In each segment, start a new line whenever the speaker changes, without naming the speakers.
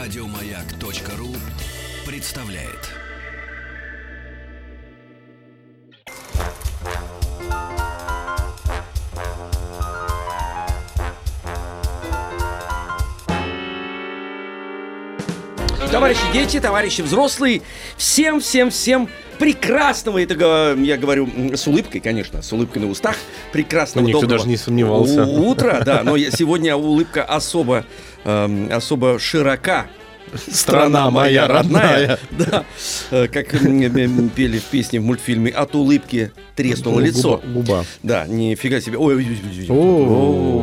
Радиомаяк.ру представляет.
Товарищи дети, товарищи взрослые, всем, всем, всем прекрасного, это га- я говорю м, с улыбкой, конечно, с улыбкой на устах, прекрасного,
Ну, никто
доброго
даже не сомневался.
у- утра, да, но я- сегодня улыбка особо, эм, особо широка.
Страна моя родная.
Да, Э, как м, м, пели в песне в мультфильме «От улыбки треснуло лицо».
Губа.
Да, нифига себе. Ой, ой, ой, ой,
О.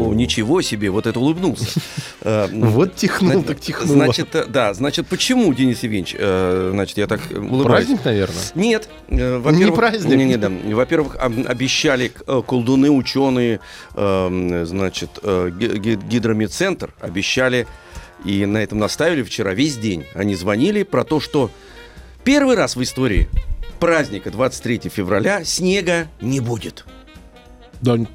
ой. О, ничего себе, вот это улыбнулся. Э,
Вот технул,
Зна-
так технул.
Значит, э, да, значит, почему, Денис Евгеньевич, э, значит, я так э, улыбаюсь?
праздник, наверное.
Нет, э, во-первых,
Не праздник.
не- не, да. во-первых, об- обещали э, колдуны, ученые, эм, значит, э, ги- ги- гидромедцентр обещали и на этом наставили вчера весь день. Они звонили про то, что первый раз в истории праздника 23 февраля снега не будет.
Да,
Не
а,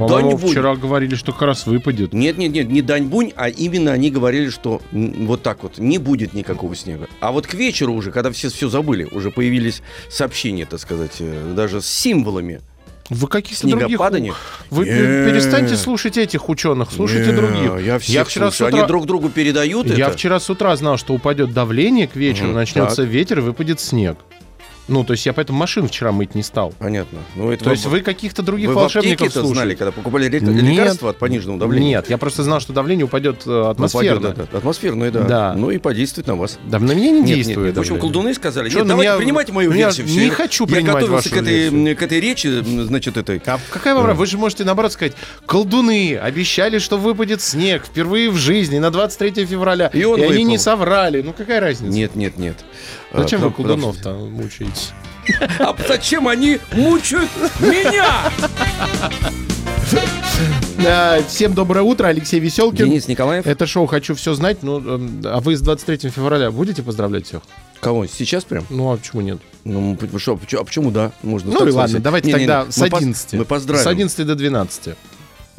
по-моему,
дань будет.
вчера говорили, что как раз выпадет.
Нет, нет, нет, не Даньбунь, а именно они говорили, что м, вот так вот не будет никакого снега. А вот к вечеру уже, когда все все забыли, уже появились сообщения, так сказать, э, даже с символами
Вы каких-то других...
снегопада нет.
Вы пе-
Нет.
перестаньте слушать этих ученых, слушайте
Не,
других.
Я всех
вчера
слушаю.
с утра...
Они друг другу передают
Я
это?
вчера с утра знал, что упадет давление к вечеру,
Мгм,
начнется
так.
ветер, и выпадет снег. Ну, то есть я поэтому машин вчера мыть не стал.
Понятно. Ну, это
То есть вы каких-то других волшебников
это знали,
слушаете.
когда покупали рек-
Нет.
лекарства от пониженного давления?
Нет, я просто знал, что давление упадет э,
Ну,
атмосферно.
понятно, да, Атмосферное, да.
Да.
Ну и подействует на вас.
Да на меня не
Нет, нет,
действует.
нет. В общем,
давление.
колдуны сказали,
Что,
нет,
на
давайте
меня-
принимайте мою
ну, я
версию.
не
Я-
хочу принимать
Я готовился
вашу
к этой,
версию.
м, к этой речи, м, значит, этой.
А какая вам разница? Вы же можете, наоборот, сказать, колдуны обещали, что выпадет снег впервые в жизни на 23 февраля.
И он
они
выпал.
не соврали. Ну какая разница?
Нет, нет, нет.
Зачем
А,
вы
ну, потому
колдунов-то мучаете?
что- А зачем они мучают меня?
Да, всем доброе утро, Алексей Веселкин.
Денис Николаев.
Это шоу «Хочу все знать». Ну, эм, а вы с 23 февраля будете поздравлять всех?
Кого? Сейчас прям?
Ну, а почему нет?
Ну, п- шо, а почему- а почему да? Можно
Ну,
так
и ладно,
сказать.
давайте
Не-не-не,
тогда
мы
с
поз-
11.
Мы поздравим.
С 11 до 12.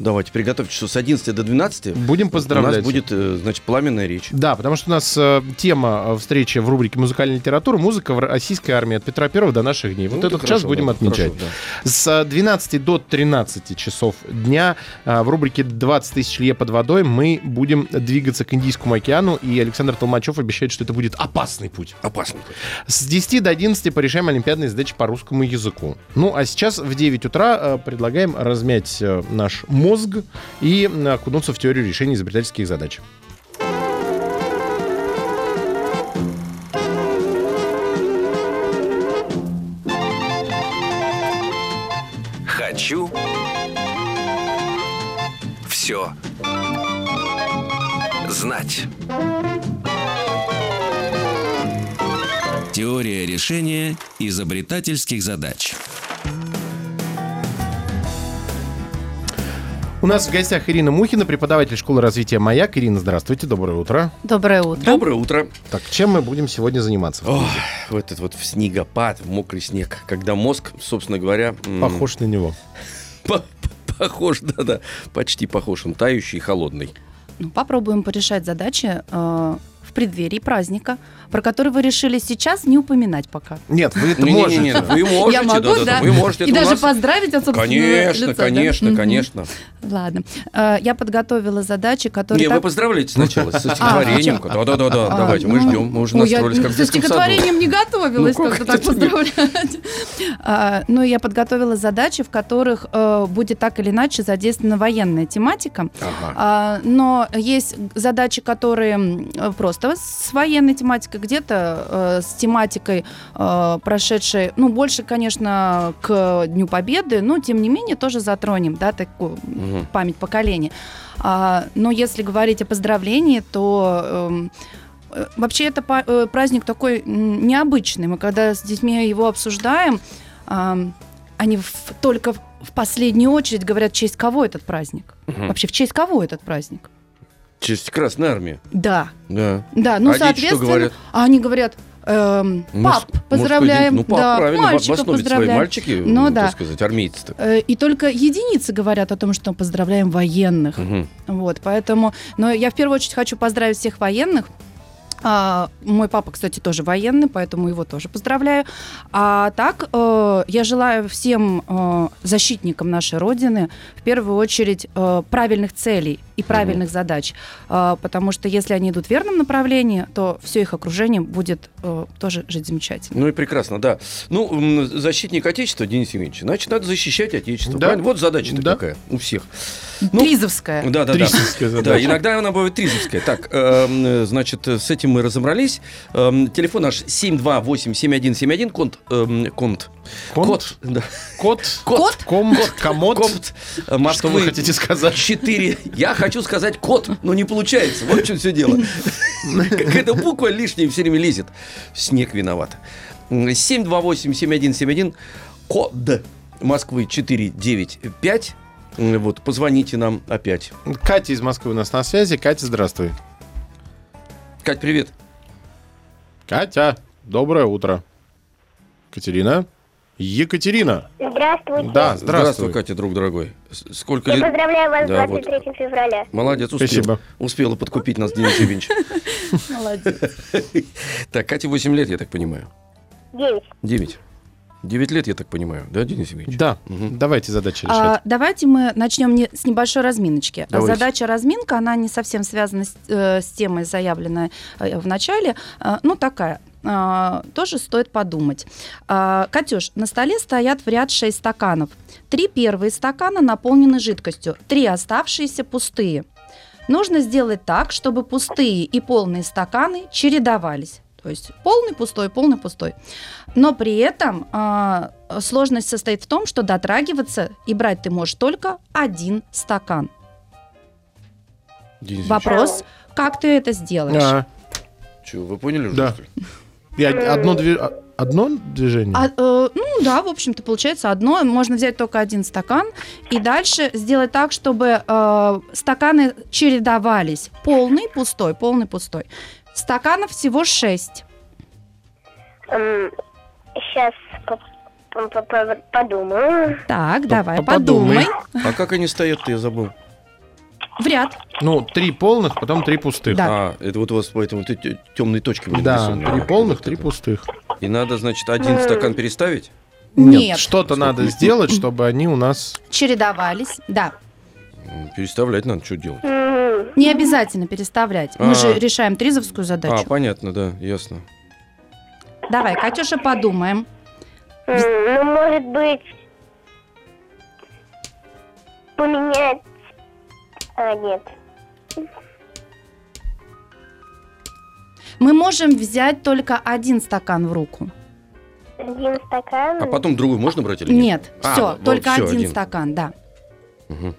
Давайте, приготовьтесь, что с 11 до 12
Будем поздравлять.
у нас будет, э, значит, пламенная речь.
Да, потому что у нас э, тема э, встречи в рубрике «Музыкальная литература» «Музыка в российской армии от Петра Первого до наших дней».
Ну,
Вот этот
это
час
хорошо,
будем
да,
отмечать.
хорошо,
С э, 12 до 13 часов дня э, в рубрике «20 тысяч лье под водой» мы будем двигаться к Индийскому океану, и Александр Толмачев обещает, что это будет опасный путь.
Опасно.
С 10 до 11 порешаем олимпиадные задачи по русскому языку. Ну, а сейчас в 9 утра э, предлагаем размять э, наш мозг и э, окунуться в теорию решения изобретательских задач.
Хочу все знать. Теория решения изобретательских задач.
У нас в гостях Ирина Мухина, преподаватель школы развития «Маяк». Ирина, здравствуйте, доброе утро.
Доброе утро.
Доброе утро.
Так, чем мы будем сегодня заниматься?
Ох, вот этот вот в снегопад, в мокрый снег, когда мозг, собственно говоря... м,
Похож на него.
по- по- Похож, да-да, почти похож. Он тающий и холодный.
Ну, попробуем порешать задачи э, в преддверии праздника, про который вы решили сейчас не упоминать пока.
Нет, вы это
Не-не-не,
можете.
Вы можете,
Я могу,
да-да-да,
да?
Вы можете.
И
это у
даже
нас-
поздравить от собственного
Конечно,
лица, да?
конечно,
Мгм.
конечно.
Ладно. Э, я подготовила задачи, которые...
Не,
так-
вы поздравляете сначала со
зачем?
стихотворением. Да-да-да, да,
А,
давайте, мы
ну,
ждем. Мы уже
ой, я
настроились как в
Со
детском саду.
стихотворением не готовилась
Ну,
как-то
как
так
это не-
поздравлять. А, Ну, я подготовила задачи, в которых э, будет так или иначе задействована военная тематика.
Ага.
А, Но есть задачи, которые м, просто с военной тематикой, где-то э, с тематикой э, прошедшей, ну, больше, конечно, к Дню Победы, но, тем не менее, тоже затронем, да, такую
Мгм.
память поколений. А, но если говорить о поздравлении, то эм, э, вообще это па- э, праздник такой м, необычный. Мы когда с детьми его обсуждаем, ам, они в- только в в последнюю очередь говорят, в честь кого этот праздник.
Мгм.
Вообще, в честь кого этот праздник?
Честь Красной Армии.
Да,
Да.
да, ну,
А дети что
соответственно,
говорят?
а они говорят, эм,
Муж-
пап,
мужской
поздравляем,
день. Ну, пап,
да,
правильно, в- в
мальчиков
основе свои
поздравляем.
мальчики,
Ну,
ну,
да.
так сказать, армейцы-то.
Э, И только единицы говорят о том, что поздравляем военных.
Мгм.
Вот, поэтому, но я в первую очередь хочу поздравить всех военных, А, мой папа, кстати, тоже военный, поэтому его тоже поздравляю. А так, э, я желаю всем э, защитникам нашей Родины в первую очередь э, правильных целей и правильных задач. Э, потому что если они идут в верном направлении, то все их окружение будет э, тоже жить замечательно.
Ну и прекрасно, да. Ну, м, защитник Отечества, Денис Евгеньевич, значит, надо защищать Отечество.
Да.
правильно? Вот задача-то
Да.
какая у всех. Ну,
Тризовская.
Да, да, да.
Трисовская
Да,
задача.
иногда она бывает тризовская. Так, эм, э, значит, э, с этим мы разобрались. Эм, Телефон наш 728-7171, конт, эм, конт,
Конт?
кот, да,
Кот?
кот,
Комт? Комод?
конт, э, Москвы.
Что вы хотите сказать?
4. Я хочу сказать кот, но не получается. Вот в чем все дело. Какая-то буква лишняя все время лезет. Снег виноват. 728-7171, код Москвы 495. М, Вот, позвоните нам опять.
Катя из Москвы у нас на связи. Катя, здравствуй.
Кать, привет.
Катя, доброе утро. Катерина? Екатерина.
Здравствуйте.
Да,
Э, Здравствуй,
здравствуй.
Катя, друг дорогой. С- Сколько
Я
лет?
поздравляю вас
Да,
с
вот.
23 февраля.
Молодец, успел.
Спасибо.
Успела подкупить нас, Денис Евгеньевич.
Молодец.
Так, Кате 8 лет, я так понимаю.
9.
9. 9 лет, я так понимаю, да, Денис Евгеньевич?
Да,
Мгм.
давайте задачи
А,
решать.
давайте мы начнем не- с небольшой разминочки.
Давайте.
А Задача разминка, она не совсем связана с, э, с темой, заявленной э, в начале. Э, ну, такая. А, тоже стоит подумать. А, Катюш, на столе стоят в ряд 6 стаканов. Три первые стакана наполнены жидкостью, три оставшиеся пустые. Нужно сделать так, чтобы пустые и полные стаканы чередовались. То есть полный, пустой, полный, пустой. Но при этом а, сложность состоит в том, что дотрагиваться и брать ты можешь только один стакан.
Денис Евгеньевич,
Вопрос, как ты это сделаешь?
А,
чё, вы поняли уже?
Да.
что ли?
и од- одно, дви- а- одно движение?
А, э, ну да, в общем-то, получается одно. Можно взять только один стакан и дальше сделать так, чтобы э, стаканы чередовались. Полный, пустой, полный, пустой. Стаканов всего шесть.
Эм, Сейчас подумаю.
Так, давай,
подумай.
подумай.
А как они стоят-то, я забыл.
В ряд.
Ну, три полных, потом три пустых.
Да.
А, это вот у вас поэтому темные точки были
Да,
нарисованы.
три
Вот
полных,
это.
три пустых.
И надо, значит, один стакан переставить?
Нет.
Что-то надо сделать, чтобы они у нас...
Чередовались, да.
М, Переставлять надо, что делать?
М,
Не обязательно переставлять. Мы
А.
же решаем тризовскую
А,
задачу.
понятно, да, ясно.
Давай, Катюша, подумаем.
м, Ну, может быть, поменять... А, нет.
Мы можем взять только один стакан в руку.
Один стакан.
А потом другой можно брать или нет?
Нет,
А,
все,
вот
только
всё,
один,
один.
стакан, да.
Мгм.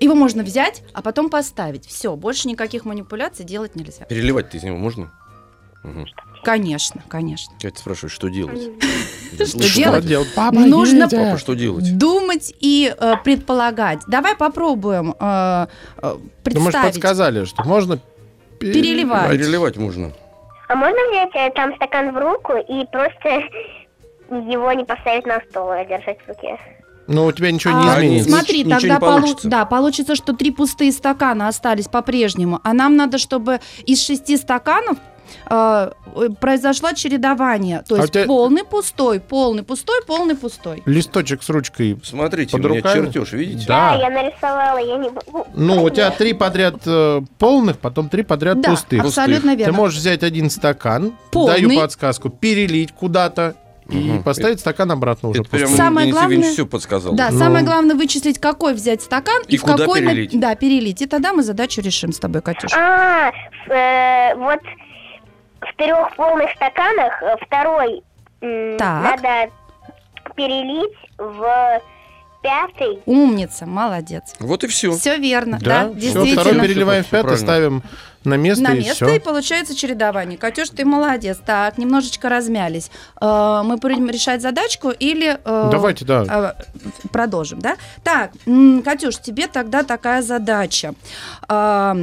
Его можно взять, а потом поставить. Все, больше никаких манипуляций делать нельзя.
Переливать-то из него можно? Мгм.
Конечно, конечно.
Катя спрашивает, что делать?
Что
Лучше
делать?
брать.
делать? Папа,
Нужно-
едет.
Папа, что делать?
Думать и э, предполагать. Давай попробуем э, э,
Ну, мы же
представить.
подсказали, что можно
Переливать.
Переливать можно.
А можно взять э, там стакан в руку и просто его не поставить на стол, а держать в руке?
Но у тебя ничего не
А,
изменится.
Смотри,
Ничего не
тогда полу-
получится.
да, получится, что три пустые стакана остались по-прежнему, а нам надо, чтобы из шести стаканов э, э, произошло чередование, то
А
есть
у тебя-
полный пустой, полный пустой, полный пустой.
Листочек с ручкой.
Смотрите,
Под
у меня
руками?
чертеж, видите?
А,
Да.
я нарисовала, я не могу.
Ну, у тебя три подряд э, полных, потом три подряд
да,
пустых.
абсолютно
Ты
верно.
можешь взять один стакан,
Полный.
даю подсказку, перелить куда-то и
Мгм.
поставить стакан обратно уже.
Это прям
пустой.
Самое
Денис
главное-
все подсказал.
Да,
Ну.
самое главное вычислить, какой взять стакан и,
И
в
куда
какой на-
перелить.
да перелить, и тогда мы задачу решим с тобой, Катюша.
А, в, э, вот в трех полных стаканах э, второй м,
Так.
надо перелить в пятый.
Умница, молодец.
Вот и все.
Все верно, да,
всё,
действительно.
второй переливаем в
Всё
пятый,
правильно.
ставим на место
на
и
место
все.
и получается чередование. Катюш, ты молодец. Так, немножечко размялись. Э, Мы будем решать задачку или... э,
Давайте, да.
э, Продолжим, да? Так, м, Катюш, тебе тогда такая задача Э,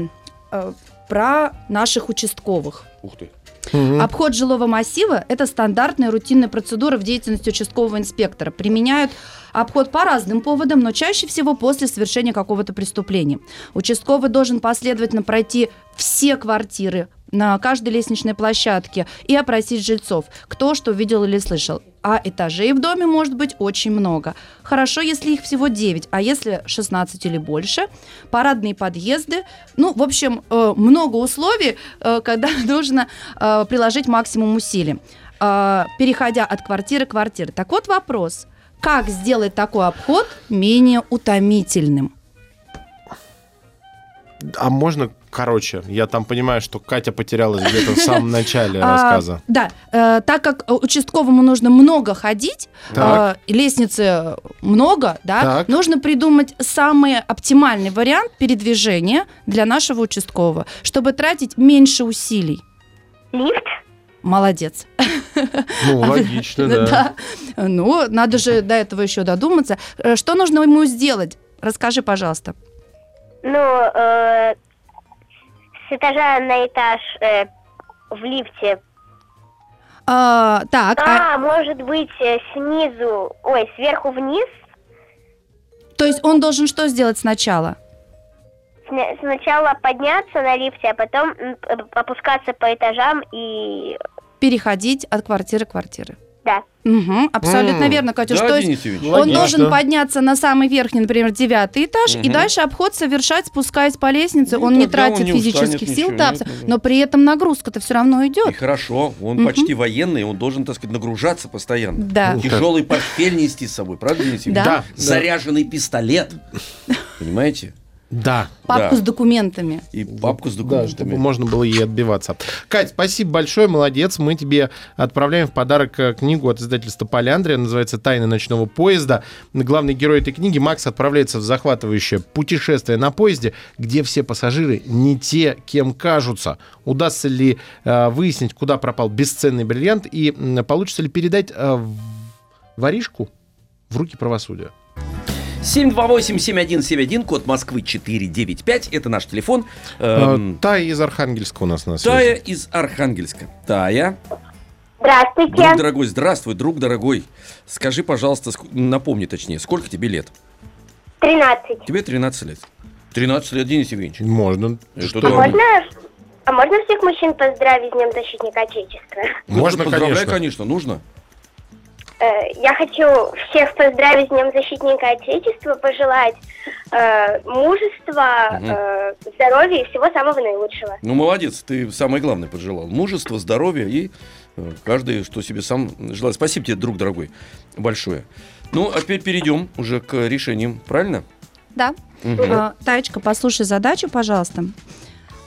э, про наших участковых.
Ух ты.
Мгм.
Обход жилого массива – это стандартная рутинная процедура в деятельности участкового инспектора. Применяют Обход по разным поводам, но чаще всего после совершения какого-то преступления. Участковый должен последовательно пройти все квартиры на каждой лестничной площадке и опросить жильцов, кто что видел или слышал. А этажей в доме может быть очень много. Хорошо, если их всего 9, а если 16 или больше. Парадные подъезды. Ну, в общем, э, много условий, э, когда нужно э, приложить максимум усилий, э, переходя от квартиры к квартире. Так вот вопрос. Как сделать такой обход менее утомительным?
А можно, короче, я там понимаю, что Катя потерялась где-то в самом начале
А,
рассказа.
да, э, так как э, участковому нужно много ходить,
Так.
э, лестницы много, да,
Так.
нужно придумать самый оптимальный вариант передвижения для нашего участкового, чтобы тратить меньше усилий.
Лифт?
Молодец.
Ну, логично, да.
а Да. Ну, надо же до этого еще додуматься. Э, Что нужно ему сделать? Расскажи, пожалуйста.
Ну, э, с этажа на этаж э, в лифте.
А, так, а-
А, может быть, э, снизу, ой, сверху вниз.
то есть он должен что сделать сначала?
Сня- Сначала подняться на лифте, а потом м, п- опускаться по этажам и...
Переходить от квартиры к квартире.
Да.
Мгм, абсолютно
М,
верно, Катюш.
да,
То есть
Денис Евгеньевич?
Он
Логично.
должен подняться на самый верхний, например, девятый этаж, и
Мгм.
дальше обход совершать, спускаясь по лестнице.
Ну,
он не
тогда он
тратит
не
физических
устанет
сил,
ничего,
да,
нет,
абсо-
ну да.
но при этом нагрузка-то все равно
И
идет.
хорошо, он
Мгм.
почти военный, он должен, так сказать, нагружаться постоянно.
Да.
Тяжелый портфель нести с собой, правда, Денис Евгеньевич?
Да.
Заряженный пистолет. Понимаете?
Да.
Папку
Да.
с документами.
И папку с
Да, чтобы
документами.
Ну, можно было ей отбиваться. Кать, спасибо большое, молодец. Мы тебе отправляем в подарок э, книгу от издательства Поляндрия, называется «Тайны ночного поезда». Главный герой этой книги Макс отправляется в захватывающее путешествие на поезде, где все пассажиры не те, кем кажутся. Удастся ли э, выяснить, куда пропал бесценный бриллиант и м, получится ли передать э, в- воришку в руки правосудия?
728-7171, код Москвы 495, это наш телефон.
Э,
Эм,
Тая из Архангельска у нас на связи.
Тая из Архангельска. Тая,
Здравствуйте.
друг дорогой, здравствуй, друг дорогой. Скажи, пожалуйста, ск- напомни точнее, сколько тебе лет?
13.
Тебе 13 лет. 13 лет, Денис Евгеньевич.
Можно.
Это
Что
да.
А
вы?
можно, а можно всех мужчин поздравить с Днем Защитника Отечества?
Можно,
Поздравляю,
конечно.
конечно, нужно.
Э, Я хочу всех поздравить с Днем Защитника Отечества, пожелать э, мужества,
Мгм.
э, здоровья и всего самого наилучшего.
Ну, молодец, ты самое главное пожелал. Мужество, здоровья и э, каждый, что себе сам желает. Спасибо тебе, друг дорогой, большое. Ну, а теперь перейдем уже к решениям, правильно?
Да.
Мгм.
А, Таечка, послушай задачу, пожалуйста.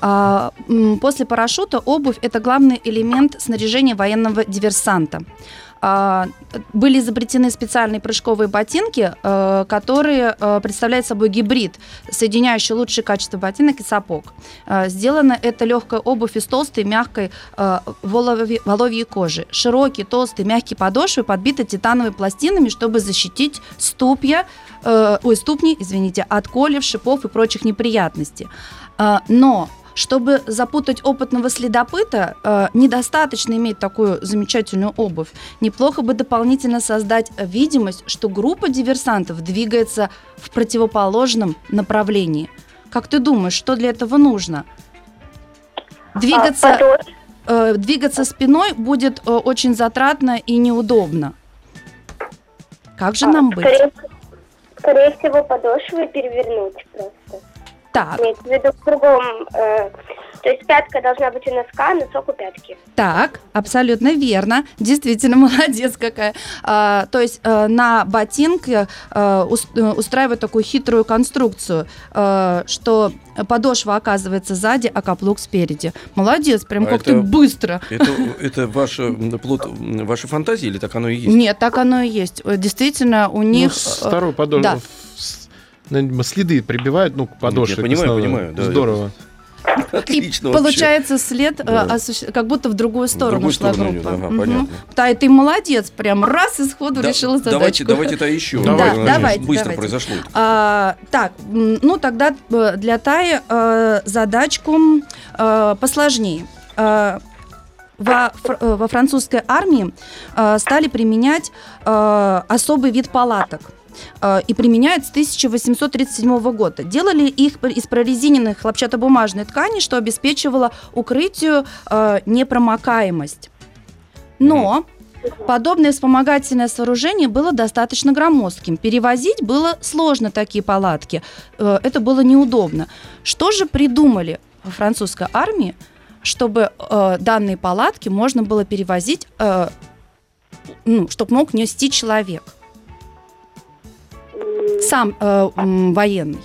А, м, после парашюта обувь – это главный элемент снаряжения военного диверсанта. А, были изобретены специальные прыжковые ботинки, э, которые э, представляют собой гибрид, соединяющий лучшие качества ботинок и сапог. Э, Сделана это легкая обувь из толстой мягкой э, волове- воловьей кожи. Широкие, толстые, мягкие подошвы подбиты титановыми пластинами, чтобы защитить ступья, э, ой, ступни, извините, от колев, шипов и прочих неприятностей. Э, но чтобы запутать опытного следопыта, э, недостаточно иметь такую замечательную обувь. Неплохо бы дополнительно создать видимость, что группа диверсантов двигается в противоположном направлении. Как ты думаешь, что для этого нужно?
А,
Двигаться,
потом-
э, двигаться спиной будет э, очень затратно и неудобно. Как же нам быть?
А, скорее, скорее всего, подошвы перевернуть просто.
Так,
Имеется в виду в другом... э, то есть пятка должна быть у носка, а носок у пятки.
так, абсолютно верно. Действительно, молодец какая. А, то есть э, на ботинке э, ус- э, устраивают такую хитрую конструкцию, э, что подошва оказывается сзади, а каблук спереди. Молодец, прям
А
как
это-
ты быстро.
Это, это ваше, м, плод м, вашей фантазии или так оно и есть?
Нет, так оно и есть. Э, Действительно, у
Ну,
них...
с
э,
второй подошвы.
да.
с- наверно, Следы прибивают, ну, к подошве.
Я понимаю,
к основной.
понимаю, да,
Здорово.
Отлично
и
вообще.
получается след э,
Да.
осуществ- как будто в другую сторону
другую
шла
сторону
группа.
идет, ага,
Мгм.
понятно.
Тай, ты молодец, прям раз и сходу
Да,
решила задачку.
давайте, давайте это еще.
Да,
Давайте,
давайте,
Быстро
давайте.
произошло. это.
А, так, м, ну тогда э, для Таи э, задачку э, посложнее. Э, во, фр- э, во французской армии э, стали применять э, особый вид палаток. э, и применяют с 1837 года. Делали их из прорезиненной хлопчатобумажной ткани, что обеспечивало укрытию э, непромокаемость. Но подобное вспомогательное сооружение было достаточно громоздким. Перевозить было сложно такие палатки. Э, Это было неудобно. Что же придумали во французской армии, чтобы э, данные палатки можно было перевозить, э, ну, чтобы мог нести человек? Сам э, м, военный.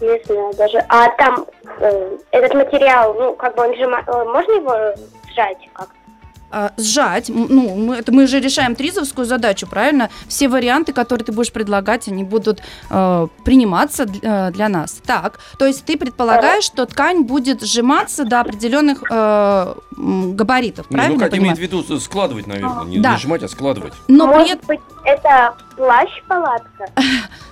Не знаю даже. А там э, этот материал, ну, как бы он же... Можно его сжать как-то?
а, сжать. М, Ну, мы, это мы же решаем тризовскую задачу, правильно? Все варианты, которые ты будешь предлагать, они будут э, приниматься для, э, для нас. Так, то есть ты предполагаешь, что ткань будет сжиматься до определенных э, м, габаритов,
Не, ну
правильно? я
как имеет
понимаю?
в виду складывать, наверное. Не
Да.
нажимать, а складывать.
Но при
Может
этом,
быть, это плащ-палатка?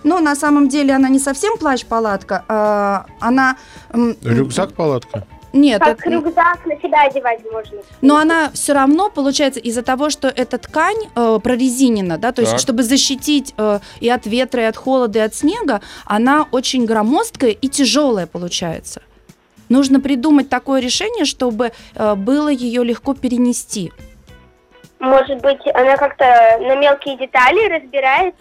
ну, на самом деле она не совсем плащ-палатка, а, она... м,
Ну,
Рюкзак, палатка.
Нет,
Как
это-
рюкзак на себя одевать можно.
Но она все равно, получается, из-за того, что эта ткань э, прорезинена, да, то
Так.
есть, чтобы защитить э, и от ветра, и от холода, и от снега, она очень громоздкая и тяжелая получается. Нужно придумать такое решение, чтобы э, было ее легко перенести.
Может быть, она как-то на мелкие детали разбирается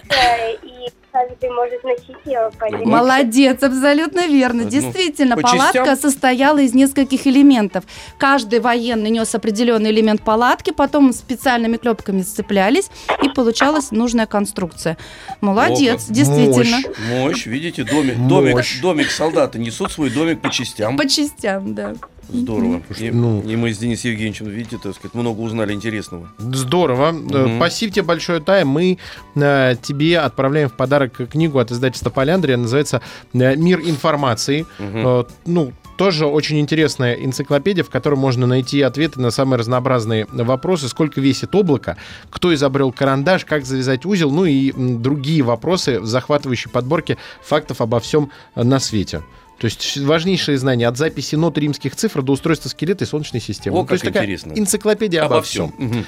и каждый может носить ее по
Ну,
ней.
Молодец, абсолютно верно.
Ну,
Действительно,
по
палатка
частям.
состояла из нескольких элементов. Каждый военный нес определенный элемент палатки, потом специальными клепками сцеплялись, и получалась нужная конструкция. Молодец,
Опа.
действительно.
Мощь.
Мощь, видите, домик, домик,
Мощь.
домик солдаты несут свой домик по частям.
По частям, да.
Здорово.
Слушай,
И,
ну.
и мы с Денисом Евгеньевичем, видите, так сказать, много узнали интересного.
Здорово. Э,
Мгм.
Спасибо тебе большое, Тай. Мы э, тебе отправляем в подарок книгу от издательства Поляндрия. Называется э, «Мир информации».
Мгм.
Э, Ну, тоже очень интересная энциклопедия, в которой можно найти ответы на самые разнообразные вопросы. Сколько весит облако, кто изобрел карандаш, как завязать узел, ну и м, другие вопросы в захватывающей подборке фактов обо всем э, на свете. То есть важнейшие знания от записи нот римских цифр до устройства скелета и Солнечной системы.
О,
То есть
как
такая
интересно.
Энциклопедия обо,
Обо
всем.
всем. Мгм.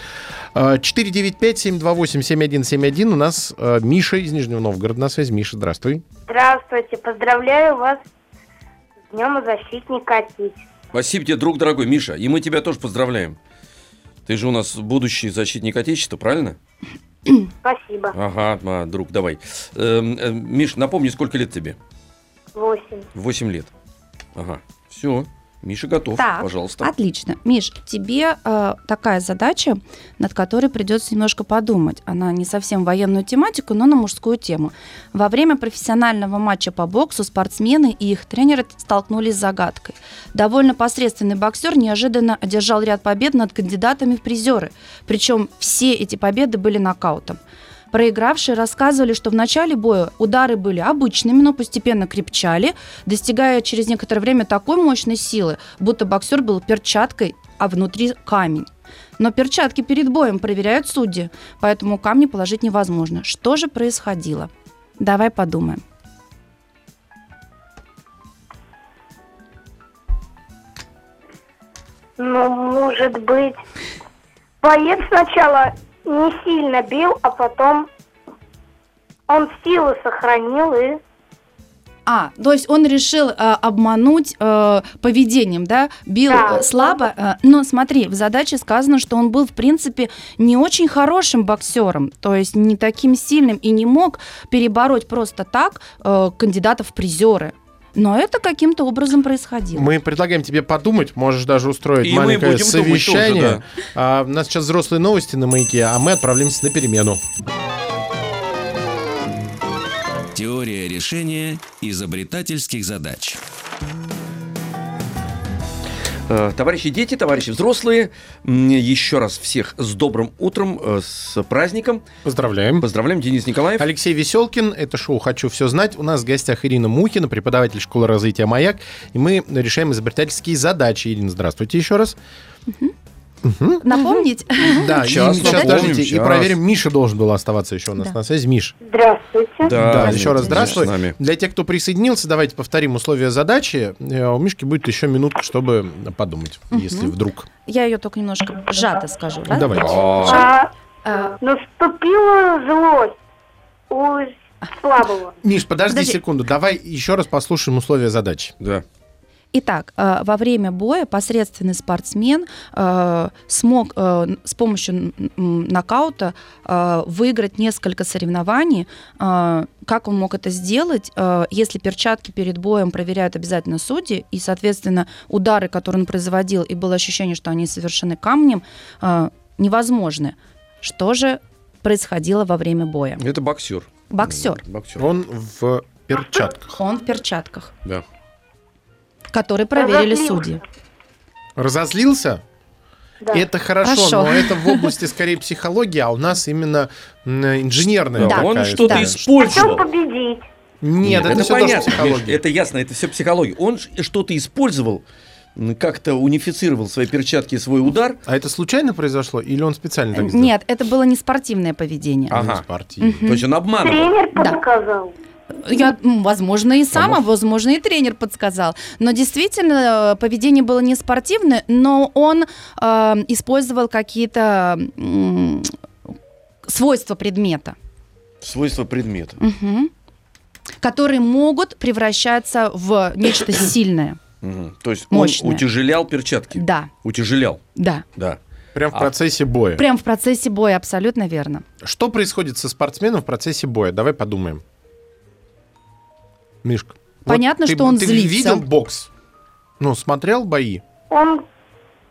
Э, 495-728-7171. У нас э, Миша из Нижнего Новгорода на связи. Миша, здравствуй.
Здравствуйте, поздравляю вас с Днем Защитника Отечества.
Спасибо тебе, друг дорогой, Миша. И мы тебя тоже поздравляем. Ты же у нас будущий защитник Отечества, правильно?
Спасибо.
Ага, а, друг, давай. Эм, э, Миш, напомни, сколько лет тебе?
Восемь.
Восемь лет. Ага, все. Миша готов,
Так,
пожалуйста.
Отлично. Миш, тебе э, такая задача, над которой придется немножко подумать. Она не совсем военную тематику, но на мужскую тему. Во время профессионального матча по боксу спортсмены и их тренеры столкнулись с загадкой. Довольно посредственный боксер неожиданно одержал ряд побед над кандидатами в призеры. Причем все эти победы были нокаутом. Проигравшие рассказывали, что в начале боя удары были обычными, но постепенно крепчали, достигая через некоторое время такой мощной силы, будто боксер был перчаткой, а внутри камень. Но перчатки перед боем проверяют судьи, поэтому камни положить невозможно. Что же происходило? Давай подумаем.
Ну, может быть. Боец сначала не сильно бил, а потом он силу сохранил и...
А, то есть он решил э, обмануть э, поведением, да? Бил
Да.
э, слабо. э, но смотри, в задаче сказано, что он был, в принципе, не очень хорошим боксером, то есть не таким сильным и не мог перебороть просто так э, кандидатов в призеры. Но это каким-то образом происходило.
Мы предлагаем тебе подумать, можешь даже устроить
И мы
маленькое
будем думать
совещание.
тоже,
А, у нас сейчас взрослые новости на маяке, а мы отправляемся на перемену.
Теория решения изобретательских задач.
Э, Товарищи дети, товарищи взрослые, м, еще раз всех с добрым утром, э, с праздником.
Поздравляем.
Поздравляем, Денис Николаев.
Алексей Веселкин, это шоу «Хочу все знать». У нас в гостях Ирина Мухина, преподаватель школы развития «Маяк». И мы решаем изобретательские задачи. Ирина, здравствуйте еще раз.
Напомнить?
Да,
Сейчас
и сейчас,
напомним,
подождите, и
сейчас.
проверим, Миша должен был оставаться еще у нас
Да.
на связи. Миш,
Здравствуйте.
Да,
Денис,
еще Э, раз
Денис
здравствуй.
с нами.
Для тех, кто присоединился, давайте повторим условия задачи. Э, У Мишки будет еще минутка, чтобы подумать, если вдруг.
Я ее только немножко сжато скажу, да?
Давайте.
А,
А,
А,
Наступила злость у слабого.
Миш, подожди,
Подожди.
секунду. Давай еще раз послушаем условия задачи.
Да.
Итак, э, во время боя посредственный спортсмен э, смог э, с помощью м, нокаута э, выиграть несколько соревнований. Э, Как он мог это сделать, э, если перчатки перед боем проверяют обязательно судьи, и, соответственно, удары, которые он производил, и было ощущение, что они совершены камнем, э, невозможны. Что же происходило во время боя?
Это боксер.
Боксер,
Боксер.
Он в перчатках.
он в перчатках,
Да.
которые проверили
Разозлился.
судьи.
Разозлился?
Да.
Это хорошо,
Хорошо.
но это в области скорее психологии, а у нас именно м, инженерная.
Да.
такая
Он что-то
история.
Хотел
А
использовал.
победить.
Нет, это, все тоже
понятно. Миш,
психология.
это ясно, это все психология. Он ж- что-то использовал, м, как-то унифицировал свои перчатки и свой удар.
А это случайно произошло или он специально так сделал?
Э, Нет, это было не спортивное поведение.
А.
Ну,
Ага.
спортивный.
То есть он обманывал.
Тренер
Да.
подсказал.
Я, м, возможно, и сама, возможно, и тренер подсказал. Но действительно, э, поведение было не спортивное, но он э, использовал какие-то м, свойства предмета,
Свойства предмета.
Мгм. которые могут превращаться в нечто сильное.
Мгм. То есть он
Мощное.
утяжелял перчатки.
Да,
Утяжелял,
да.
да.
Прям в
А.
процессе боя.
Прям в процессе боя, абсолютно верно.
Что происходит со спортсменом в процессе боя? Давай подумаем. Мишка. вот
Понятно,
ты-
что он
ты
злится.
видел бокс? Ну, смотрел бои?
Он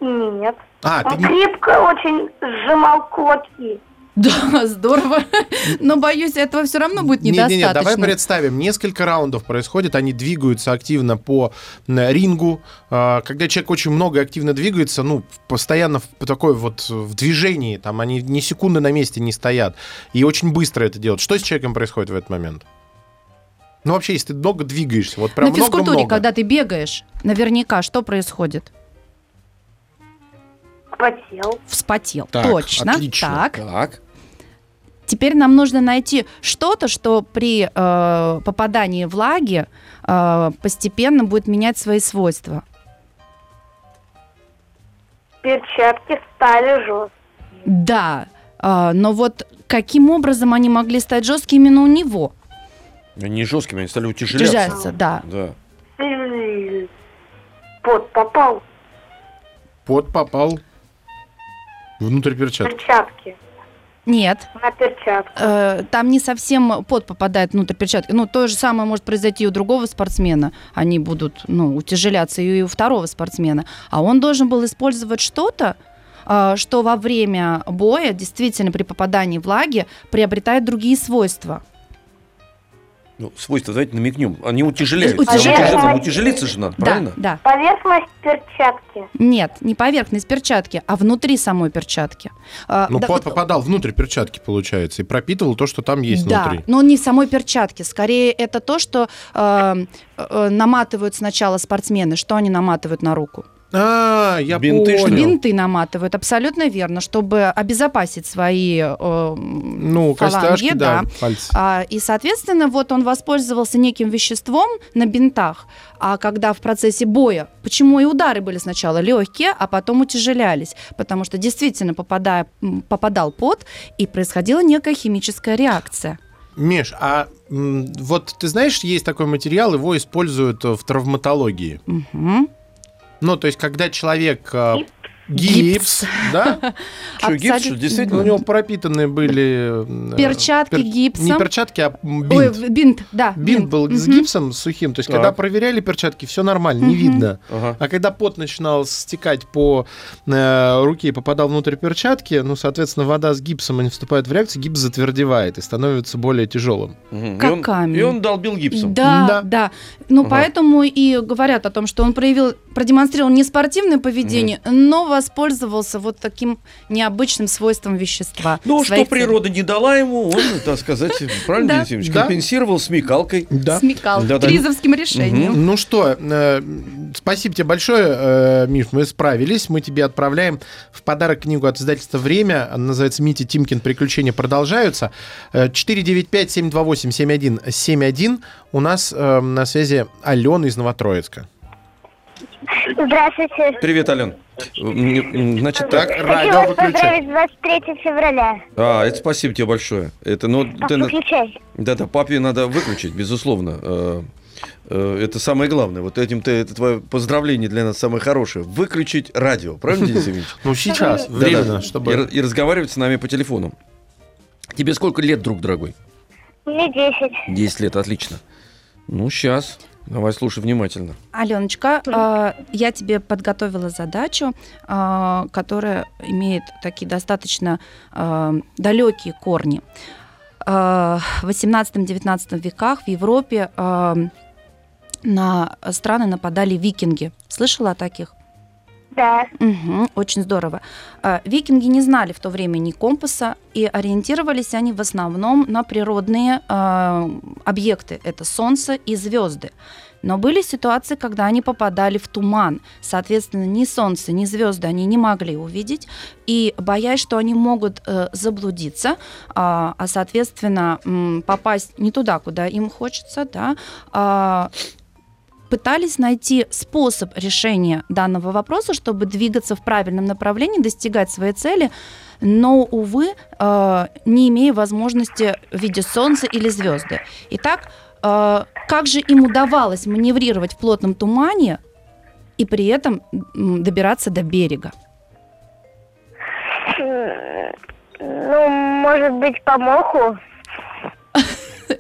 нет.
А, ты
Он
не-
крепко очень сжимал кулаки.
Да, здорово. Но боюсь, этого все равно будет
Не- не-
недостаточно.
не, давай представим, несколько раундов происходит, они двигаются активно по м, рингу. А, Когда человек очень много и активно двигается, ну, в- постоянно в по такой вот э, в движении, там они ни секунды на месте не стоят, и очень быстро это делают. Что с человеком происходит в этот момент? Ну, вообще, если ты много двигаешься, вот прям
На физкультуре,
много-много.
когда ты бегаешь, наверняка что происходит?
Потел.
Вспотел.
Так,
Точно.
отлично.
Так.
Так.
Теперь нам нужно найти что-то, что при э, попадании влаги э, постепенно будет менять свои свойства.
Перчатки стали жесткие.
Да. э, но вот каким образом они могли стать жесткими именно у него?
Они жесткими, они стали утяжеляться.
Держаться, да.
Да.
М, Пот попал
Пот попал внутрь
в
перчатки.
перчатки.
Нет.
На перчатку.
э, Там не совсем пот попадает внутрь перчатки. Ну, то же самое может произойти и у другого спортсмена. Они будут, ну, утяжеляться и у второго спортсмена. А он должен был использовать что-то, э, что во время боя, действительно, при попадании влаги приобретает другие свойства.
Ну, свойства, давайте намекнем. Они утяжеляются.
Утяжеляют.
Утяжеляться- Утяжелиться же надо, правильно?
Да, да.
Поверхность перчатки.
Нет, не поверхность перчатки, а внутри самой перчатки. Э,
Ну,
да-
пот попадал внутрь перчатки, получается, и пропитывал то, что там есть
да,
внутри.
но не в самой перчатке. Скорее, это то, что э, э, наматывают сначала спортсмены. Что они наматывают на руку?
А, я
Бинты, что
понял.
ли?
Бинты наматывают, абсолютно верно, чтобы обезопасить свои э, м,
Ну,
фаланги,
костяшки, да, пальцы.
А, и, соответственно, вот он воспользовался неким веществом на бинтах, а когда в процессе боя, почему и удары были сначала легкие, а потом утяжелялись, потому что действительно попадая, м, попадал пот, и происходила некая химическая реакция.
Миш, а м, вот ты знаешь, есть такой материал, его используют э, в травматологии.
Мгм.
Ну, то есть, когда человек э,
Гипс.
гипс, да,
Чё, гипс,
Абсолют-
что ли, действительно?
у него пропитаны были... э,
Перчатки
пер- Не
гипсом.
перчатки, а м,
Ой,
бинт.
в- бинт, да.
Бинт был с
Мгм.
гипсом сухим, то есть, когда
Так.
проверяли перчатки, все нормально, не видно.
Ага.
А когда пот начинал стекать по э, руке и попадал внутрь перчатки, ну, соответственно, вода с гипсом они вступают в реакцию, гипс затвердевает и становится более тяжелым.
Мгм.
Как
и, он,
камень.
и он долбил гипсом.
Да,
Да.
да, Ну,
Ага.
поэтому и говорят о том, что он проявил, продемонстрировал не спортивное поведение, но воспользовался вот таким необычным свойством вещества.
Ну, что
своей цели.
природа не дала ему, он, так сказать, правильно,
Да.
Денис Евгеньевич,
Да.
компенсировал смекалкой.
Да.
Смекал
Да-да.
тризовским решением.
Ну что, э, спасибо тебе большое, э, Миш, мы справились. Мы тебе отправляем в подарок книгу от издательства «Время». Она называется «Мити Тимкин. Приключения продолжаются». Э, 495-728-7171. У нас э, на связи Алена из Новотроицка.
Здравствуйте.
Привет, Ален. М, Значит, так.
Так, радио
Хочу вас
выключай.
поздравить с 23 февраля.
А, это спасибо тебе большое. Это, ну,
Пап,
ты на-
выключай.
Да-да, папе надо выключить, безусловно. Э, э, Это самое главное. Вот этим ты, это твое поздравление для нас самое хорошее. Выключить радио, правильно, Денис Евгеньевич?
Ну, сейчас,
Да-да.
временно,
И
чтобы...
ра- И разговаривать с нами по телефону. Тебе сколько лет, друг дорогой?
Мне 10.
10 лет, отлично. Ну, сейчас. Давай слушай внимательно.
Аленочка, а, я тебе подготовила задачу, а, которая имеет такие достаточно а, далекие корни. А, В 18-19 веках в Европе а, на страны нападали викинги. Слышала о таких?
Да.
Мгм, очень здорово. А, Викинги не знали в то время ни компаса, и ориентировались они в основном на природные а, объекты. Это солнце и звезды. Но были ситуации, когда они попадали в туман. Соответственно, ни солнце, ни звезды они не могли увидеть. И боясь, что они могут э, заблудиться, а, а, соответственно, м, попасть не туда, куда им хочется, да, а, пытались найти способ решения данного вопроса, чтобы двигаться в правильном направлении, достигать своей цели, но, увы, э, не имея возможности в виде солнца или звезды. Итак, э, как же им удавалось маневрировать в плотном тумане и при этом м, добираться до берега?
М, Ну, может быть, по моху?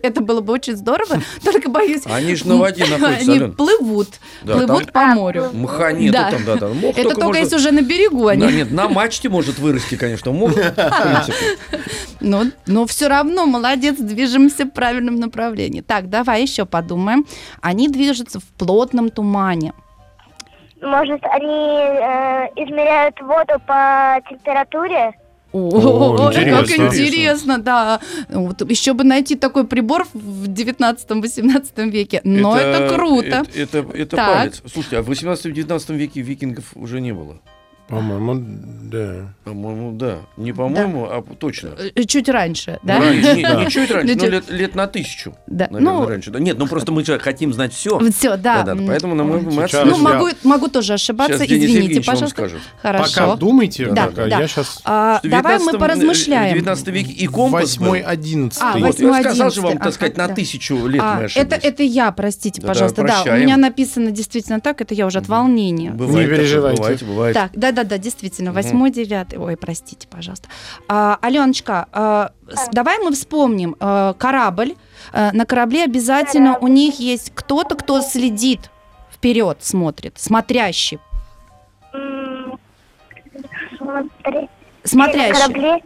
Это было бы очень здорово, только боюсь,
Они же на воде находятся,
они
Ален.
плывут,
Да,
плывут по морю.
Мха нету
Да.
там, да, да. Мох
Это только
может-
если уже на берегу
Да,
они.
Нет, на мачте может вырасти, конечно, мох. в принципе.
Но, но все равно молодец, движемся в правильном направлении. Так, давай еще подумаем. Они движутся в плотном тумане.
Может, они э, измеряют воду по температуре?
О, как
интересно.
интересно, да. еще бы найти такой прибор в 19-18 веке. Но это, круто.
Это, это, это
Так.
палец. Слушайте, а в 18-19 веке викингов уже не было.
По-моему, да.
По-моему, да. Не по-моему, а точно.
Э, Чуть раньше, да?
Раньше, не,
Да.
не чуть раньше, ну,
Люди-
лет, лет на тысячу.
Да.
Наверное, раньше. Да Нет, ну просто мы же хотим знать все.
Ну, все, да.
Да-да,
М,
поэтому нам мы, мы
Сейчас
Ну,
я-
могу, могу тоже ошибаться,
Сейчас Денис
извините,
Евгеевич вам
пожалуйста.
скажет.
Пока
Хорошо.
думайте,
Да,
пока,
да.
я сейчас...
А,
Что в
давай
19-м
мы
В
поразмышляем.
19 веке и компас был.
Восьмой,
А,
одиннадцатый.
Вот, я сказал же
8-11,
вам, так
ага,
сказать, на
да.
тысячу лет
А,
мы
это,
ошиблись.
это я, простите,
Да-да,
пожалуйста. Да, у
прощаем.
меня написано действительно так, это я уже от волнения.
Бывает
Не
такое,
переживайте.
Бывает, бывает.
Так, да-да-да, действительно,
Мгм.
восьмой, девятый. Ой, простите, пожалуйста. А, Аленочка, а, с- давай мы вспомним а, корабль. А, на корабле обязательно у них есть кто-то, кто следит вперед, смотрит, смотрящий.
М, Смотри. На
Смотрящий.
корабле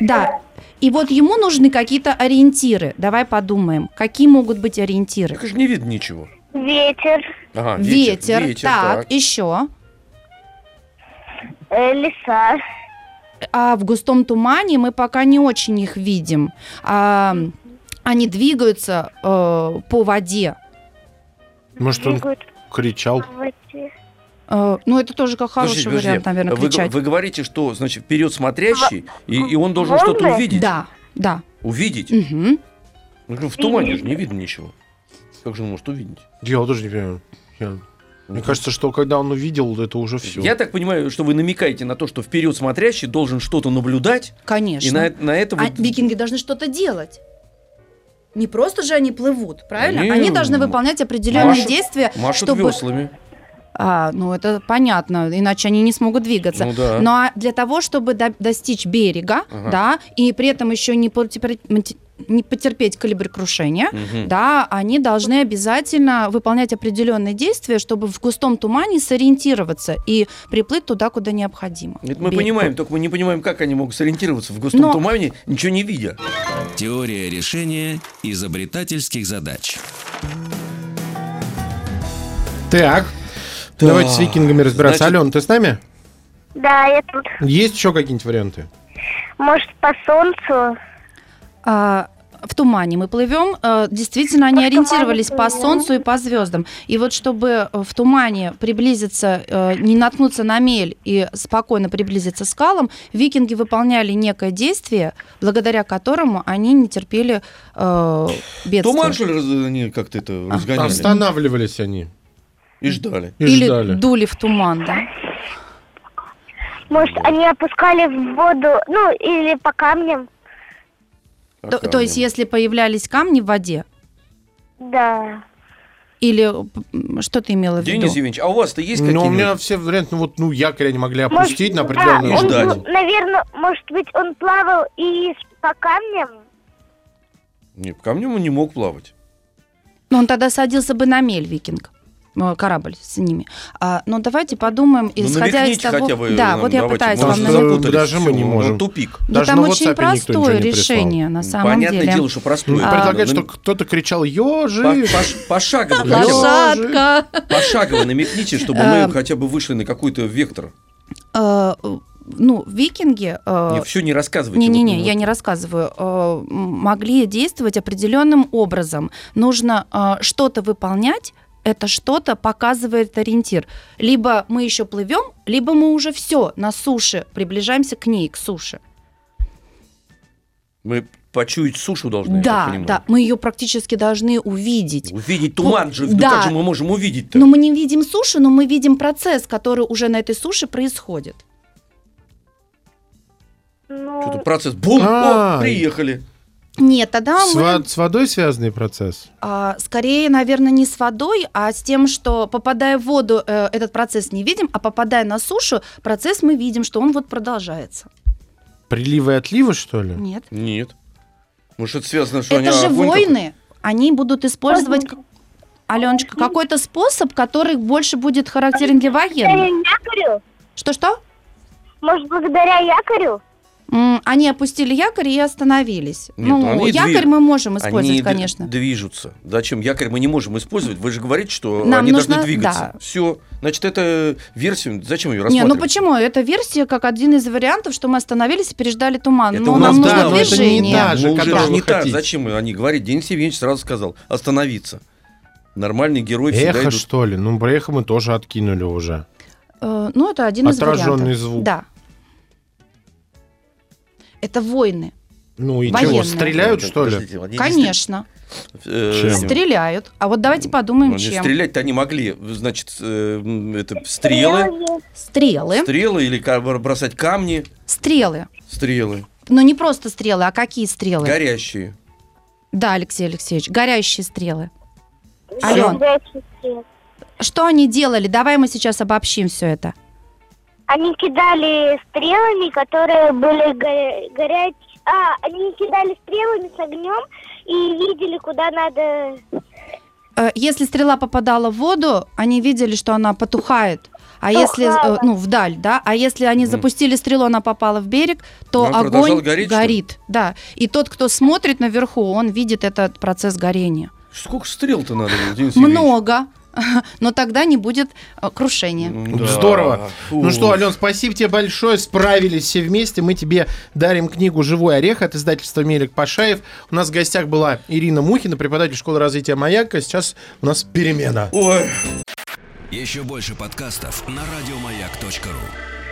Да. И вот ему нужны какие-то ориентиры. Давай подумаем, какие могут быть ориентиры.
Так же не видно ничего.
ветер,
Ага,
Ветер,
ветер,
так, еще.
э, леса.
а в густом тумане мы пока не очень их видим. А, они двигаются э, по воде.
Может, он
бегают
кричал?
по воде.
Э, ну, это тоже как хороший
Подождите,
вариант,
подождите.
наверное,
вы,
кричать.
вы говорите, что, значит, вперед смотрящий, и, и он должен
Можно?
что-то увидеть.
Да, да.
Увидеть.
мгм.
Ну, в тумане же не видно ничего. Как же он может увидеть? Ну,
Я вот тоже не понимаю. Я- Мне кажется, что когда он увидел, это уже все.
Я так понимаю, что вы намекаете на то, что вперед смотрящий должен что-то наблюдать,
Конечно.
и на, это- на это
А
вот...
викинги должны что-то делать. Не просто же они плывут, правильно?
Они
Они должны выполнять определенные
машут-
действия,
машут
чтобы...
веслами.
А, ну, это понятно, иначе они не смогут двигаться.
Ну да.
Но а для того, чтобы до- достичь берега,
Ага.
да, и при этом еще не, потепер- мати- не потерпеть калиброкрушение,
Мгм.
да, они должны обязательно выполнять определенные действия, чтобы в густом тумане сориентироваться и приплыть туда, куда необходимо.
Это мы
Берег.
понимаем, только мы не понимаем, как они могут сориентироваться в густом
Но-
тумане, ничего не видя.
Теория решения изобретательских задач.
Так, давайте с викингами разбираться.
Значит-
Ален, ты с нами?
Да, я тут.
Есть еще какие-нибудь варианты?
Может, по солнцу?
А, в тумане мы плывем. э, Действительно, они
тумане
ориентировались по
плывем.
солнцу и по звездам. И вот чтобы э, в тумане приблизиться, э, не наткнуться на мель и спокойно приблизиться к скалам, викинги выполняли некое действие, благодаря которому они не терпели э, бедствия.
Туман, что ли, раз- они как-то это
А.
разгоняли
Останавливались они
и ждали.
и
Или
ждали.
дули в туман, да?
Может, они опускали в воду, ну, или по камням?
А
То, то есть,
камни?
если появлялись камни в воде,
Да.
или м, что ты имела в виду?
Денис Евгеньевич, а у вас-то есть
Ну, у меня
какие-нибудь...
все варианты, ну вот, ну, якоря не могли
Может,
опустить на
да,
определенную
он
ждать.
глубину.
ну,
пл- Наверное, может быть, он плавал и с- по камням?
Нет, ко мне он не мог плавать.
Ну, он тогда садился бы на мель, викинг э, корабль с ними. А, но давайте подумаем,
Ну,
исходя из
намекните
того...
хотя бы.
да,
нам,
вот я
давайте,
пытаюсь
мы
вам
уже
Потому что
намекнуть.
запутались,
Даже мы
всё,
не
ну,
можем.
Тупик.
Ну,
Даже
там
на WhatsApp
очень
никто
простое
ничего не прислал.
решение, на самом
Понятное
деле.
дело, что
Ну,
простое.
Предлагать,
Нам-
что Ну, кто-то кричал «Ёжи!»
а, По- пош- Пошагово, хотя бы-
Лошадка!
пошагово намекните, чтобы
Эм.
мы хотя бы вышли на какой-то вектор.
Э, э, Ну, викинги... э,
Все не рассказывайте.
Не-не-не,
Вот,
я
вот.
не рассказываю. Э, м, Могли действовать определенным образом. Нужно э, что-то выполнять, это что-то показывает ориентир. Либо мы еще плывем, либо мы уже все на суше, приближаемся к ней, к суше.
Мы почуять сушу должны. я так
да,
понимаю.
да, мы ее практически должны увидеть.
Увидеть туман же. Ну
Да. Ну,
как же мы можем увидеть-то?
Но мы не видим суши, но мы видим процесс, который уже на этой суше происходит.
Что-то
Ну,
процесс. Бум!
А.
О, приехали.
Нет, тогда
С,
А мы...
во- с водой связанный процесс?
А, скорее, наверное, не с водой, а с тем, что попадая в воду, э, этот процесс не видим, а попадая на сушу, процесс мы видим, что он вот продолжается.
Приливы и отливы, что ли?
Нет.
Нет. Может, это связано, что они
Это же
огонь
войны. Они будут использовать, как- Аленочка, какой-то способ, который больше будет характерен для
благодаря
военных.
якорю?
Что-что?
Может, благодаря якорю?
М, Они опустили якорь и остановились.
Нет,
ну,
они
якорь
двигают.
мы можем
Они
использовать,
д-
конечно.
движутся. Зачем? Якорь мы не можем использовать. Вы же говорите, что
Нам
они
нужно-
должны двигаться.
да.
Все. Значит, это версия. Зачем ее
Не, ну
рассматривать?
почему? Это версия как один из вариантов, что мы остановились и переждали туман.
Это
Ну,
но
у
нам
нас,
нужно
да, но это не
движение.
та же,
Ну, уже
которую
ж
вы
не та.
хотите.
Зачем они говорят? Денис Евгеньевич сразу сказал остановиться. Нормальный герой всегда
Эхо,
идут.
что ли? Ну, про эхо мы тоже откинули уже.
Э, Ну, это один из
Отраженный
вариантов.
звук.
Да. Это войны.
Ну и чего,
Военные.
Подождите,
стреляют, что ли?
подождите, они не
Конечно.
стреляют. Э,
Чем?
этим.
Стреляют. А вот давайте
Ну,
подумаем,
они
чем.
Стрелять-то они могли. Значит, э, м, это стрелы.
Стрелы.
Стрелы или ка- бросать камни.
Стрелы.
Стрелы.
Но не просто стрелы, а какие стрелы?
Горящие.
Да, Алексей Алексеевич, горящие стрелы. Ален,
Ален.
что они делали? Давай мы сейчас обобщим все это.
Они кидали стрелами, которые были горячие. А, они кидали стрелами с огнем и видели, куда надо.
Э, Если стрела попадала в воду, они видели, что она потухает. А если, э,
Тухала.
ну, вдаль, да, а если они
Мгм.
запустили стрелу, она попала в берег, то
И он
огонь
продолжал гореть, что ли?
горит. Да. И тот, кто смотрит наверху, он видит этот процесс горения.
Сколько стрел-то надо было, Денис
Много, но тогда не будет э, крушения.
Евгеньевич? Да.
Здорово.
Фу.
Ну что, Ален, спасибо тебе большое, справились все вместе. Мы тебе дарим книгу «Живой орех» от издательства «Мелик Пашаев». У нас в гостях была Ирина Мухина, преподаватель школы развития «Маяка». Сейчас у нас перемена.
Ой.
Еще больше подкастов на радиомаяк.ру.